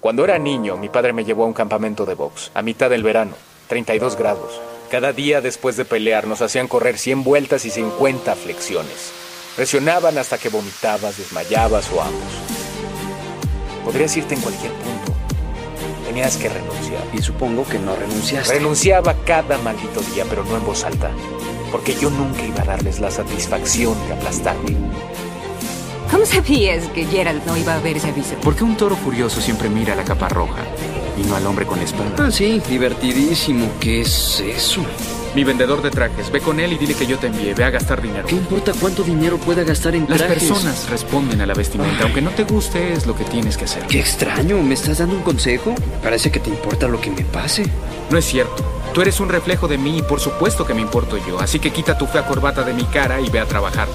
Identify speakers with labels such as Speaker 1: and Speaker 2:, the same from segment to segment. Speaker 1: Cuando era niño, mi padre me llevó a un campamento de box, a mitad del verano, 32 grados. Cada día después de pelear nos hacían correr 100 vueltas y 50 flexiones. Presionaban hasta que vomitabas, desmayabas o ambos. Podrías irte en cualquier punto. Tenías que renunciar.
Speaker 2: Y supongo que no renunciaste.
Speaker 1: Renunciaba cada maldito día, pero no en voz alta. Porque yo nunca iba a darles la satisfacción de aplastarme.
Speaker 3: ¿Cómo sabías que Gerald no iba a ver ese aviso?
Speaker 4: ¿Por qué un toro furioso siempre mira la capa roja y no al hombre con la espada?
Speaker 2: Ah, sí, divertidísimo. ¿Qué es eso?
Speaker 4: Mi vendedor de trajes, ve con él y dile que yo te envié, ve a gastar dinero.
Speaker 2: ¿Qué importa cuánto dinero pueda gastar en
Speaker 4: Las
Speaker 2: trajes?
Speaker 4: personas responden a la vestimenta, aunque no te guste es lo que tienes que hacer.
Speaker 2: Qué extraño, ¿me estás dando un consejo? Parece que te importa lo que me pase.
Speaker 4: No es cierto. Tú eres un reflejo de mí y por supuesto que me importo yo, así que quita tu fea corbata de mi cara y ve a trabajar.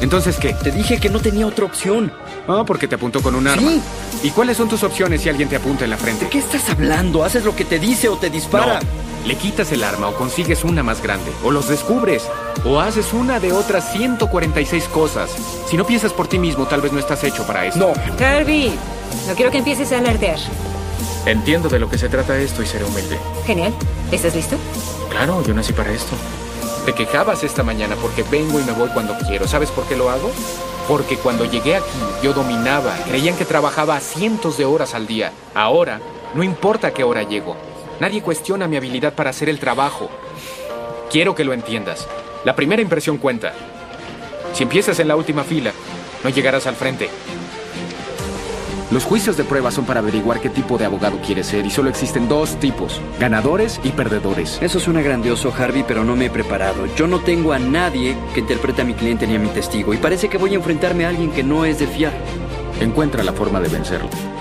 Speaker 4: Entonces, ¿qué?
Speaker 2: Te dije que no tenía otra opción.
Speaker 4: Ah, porque te apuntó con un arma.
Speaker 2: Sí.
Speaker 4: ¿Y cuáles son tus opciones si alguien te apunta en la frente?
Speaker 2: ¿De qué estás hablando? ¿Haces lo que te dice o te dispara?
Speaker 4: No. Le quitas el arma o consigues una más grande, o los descubres, o haces una de otras 146 cosas. Si no piensas por ti mismo, tal vez no estás hecho para eso.
Speaker 2: No.
Speaker 3: Harvey, no quiero que empieces a alardear.
Speaker 4: Entiendo de lo que se trata esto y seré humilde.
Speaker 3: Genial. ¿Estás listo?
Speaker 4: Claro, yo nací para esto. Te quejabas esta mañana porque vengo y me voy cuando quiero. ¿Sabes por qué lo hago? Porque cuando llegué aquí yo dominaba. Creían que trabajaba cientos de horas al día. Ahora, no importa a qué hora llego. Nadie cuestiona mi habilidad para hacer el trabajo. Quiero que lo entiendas. La primera impresión cuenta. Si empiezas en la última fila, no llegarás al frente. Los juicios de prueba son para averiguar qué tipo de abogado quieres ser y solo existen dos tipos, ganadores y perdedores.
Speaker 2: Eso suena grandioso, Harvey, pero no me he preparado. Yo no tengo a nadie que interprete a mi cliente ni a mi testigo, y parece que voy a enfrentarme a alguien que no es de fiar.
Speaker 4: Encuentra la forma de vencerlo.